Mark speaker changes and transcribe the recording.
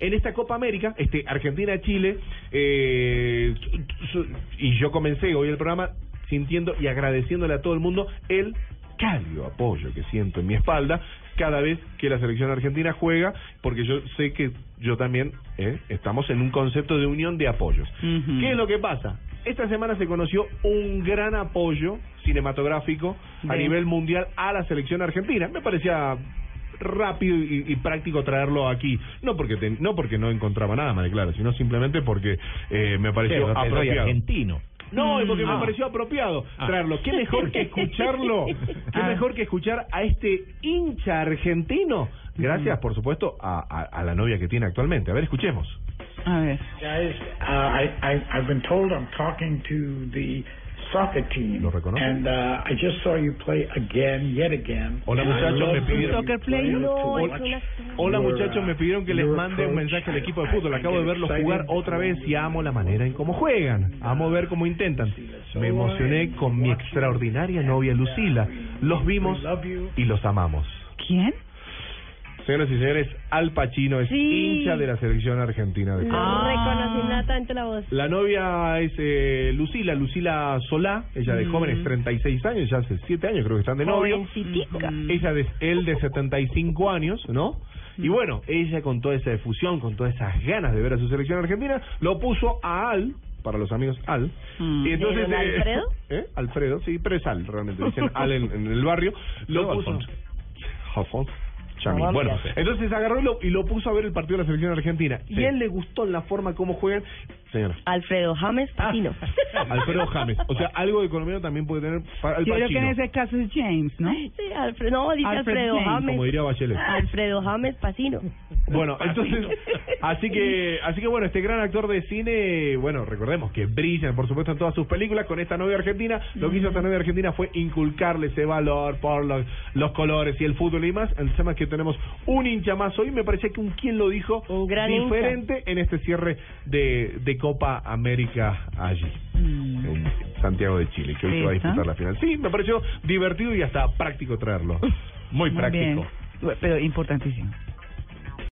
Speaker 1: en esta Copa América, este Argentina-Chile, eh, su- su- y yo comencé hoy el programa sintiendo y agradeciéndole a todo el mundo el cálido apoyo que siento en mi espalda cada vez que la selección argentina juega, porque yo sé que yo también eh, estamos en un concepto de unión de apoyos.
Speaker 2: Ujú.
Speaker 1: ¿Qué es lo que pasa? Esta semana se conoció un gran apoyo cinematográfico a
Speaker 2: Bien.
Speaker 1: nivel mundial a la selección argentina. Me parecía rápido y, y práctico traerlo aquí. No porque ten- no porque no encontraba nada más claro, sino simplemente porque eh, me pareció
Speaker 3: Pero te doy
Speaker 1: apropiado.
Speaker 3: argentino.
Speaker 1: No, y porque me
Speaker 3: Ah.
Speaker 1: pareció apropiado
Speaker 3: Ah.
Speaker 1: traerlo. ¿Qué mejor que escucharlo? ¿Qué
Speaker 2: Ah.
Speaker 1: mejor que escuchar a este hincha argentino? Gracias, por supuesto, a- a- a la novia que tiene actualmente. A ver, escuchemos.
Speaker 2: A ver.
Speaker 4: Guys, uh, I, I I've been told I'm talking to the soccer team,
Speaker 1: Lo reconoce.
Speaker 4: and uh, I just saw you play again, yet again.
Speaker 1: Hola,
Speaker 4: and I
Speaker 1: muchachos,
Speaker 4: love
Speaker 1: me
Speaker 4: the
Speaker 1: pidieron-
Speaker 4: way you
Speaker 2: Soccer player,
Speaker 4: play,
Speaker 1: no,
Speaker 4: to
Speaker 1: es
Speaker 4: watch
Speaker 2: una-
Speaker 1: Hola
Speaker 4: your,
Speaker 1: muchachos,
Speaker 4: uh,
Speaker 1: me pidieron que les
Speaker 4: your
Speaker 1: mande un
Speaker 4: approach.
Speaker 1: mensaje al equipo de
Speaker 4: I-
Speaker 1: fútbol.
Speaker 4: I
Speaker 1: Acabo de
Speaker 4: get
Speaker 1: verlos
Speaker 4: excited
Speaker 1: jugar otra vez y amo la manera en cómo juegan. Amo ver cómo intentan. Me emocioné con mi extraordinaria novia Lucila. Los vimos y los amamos.
Speaker 2: ¿Quién?
Speaker 1: Señoras y señores, Al Pacino es
Speaker 5: Sí.
Speaker 1: hincha de la selección argentina de fútbol.
Speaker 5: No
Speaker 2: Ah.
Speaker 5: reconocí nada tanto la voz.
Speaker 1: La novia es eh, Lucila, Lucila Solá. Ella de jóvenes, 36 años, ya hace 7 años creo que están de novio. Mm.
Speaker 5: Jovencitica.
Speaker 1: Ella de, él de 75 años, ¿no? Y bueno, ella con toda esa efusión, con todas esas ganas de ver a su selección argentina, lo puso a Al, para los amigos Al.
Speaker 2: Mm.
Speaker 1: Y entonces,
Speaker 5: ¿Pero Alfredo?
Speaker 1: ¿eh? Alfredo, sí, pero es Al, realmente, dicen Al en, en el barrio. Lo
Speaker 3: No,
Speaker 1: puso.
Speaker 3: Alfonso.
Speaker 1: Alfonso. Chamín.
Speaker 5: Colombia.
Speaker 1: Bueno, entonces agarró y lo, y lo puso a ver el partido de la selección argentina. Y
Speaker 3: Sí.
Speaker 1: él le gustó la forma como juegan. Señora.
Speaker 5: Alfredo James Pacino.
Speaker 1: Ah. Alfredo James. O sea, algo de colombiano también puede tener para el
Speaker 2: Yo creo que en
Speaker 1: Pacino,
Speaker 2: ese caso es James, ¿no?
Speaker 5: Sí, Alfredo, no, dice
Speaker 2: Alfred
Speaker 5: Alfredo
Speaker 2: James,
Speaker 5: James.
Speaker 1: como diría Bachelet.
Speaker 5: Alfredo James Pacino.
Speaker 1: Bueno, entonces, así que, así que bueno, este gran actor de cine, bueno, recordemos que brilla, por supuesto, en todas sus películas con esta novia argentina. Lo que hizo esta novia argentina fue inculcarle ese valor por los, los colores y el fútbol y más. El tema es que tenemos un hincha más hoy. Me parece que un quien lo dijo
Speaker 5: Un gran hincha.
Speaker 1: diferente en este cierre de, de Copa América allí.
Speaker 2: Mm.
Speaker 1: En Santiago de Chile, que hoy se va a
Speaker 2: ¿Esta?
Speaker 1: disputar la final. Sí, me pareció divertido y hasta práctico traerlo. Muy,
Speaker 2: Muy
Speaker 1: práctico.
Speaker 2: bien. Pero importantísimo.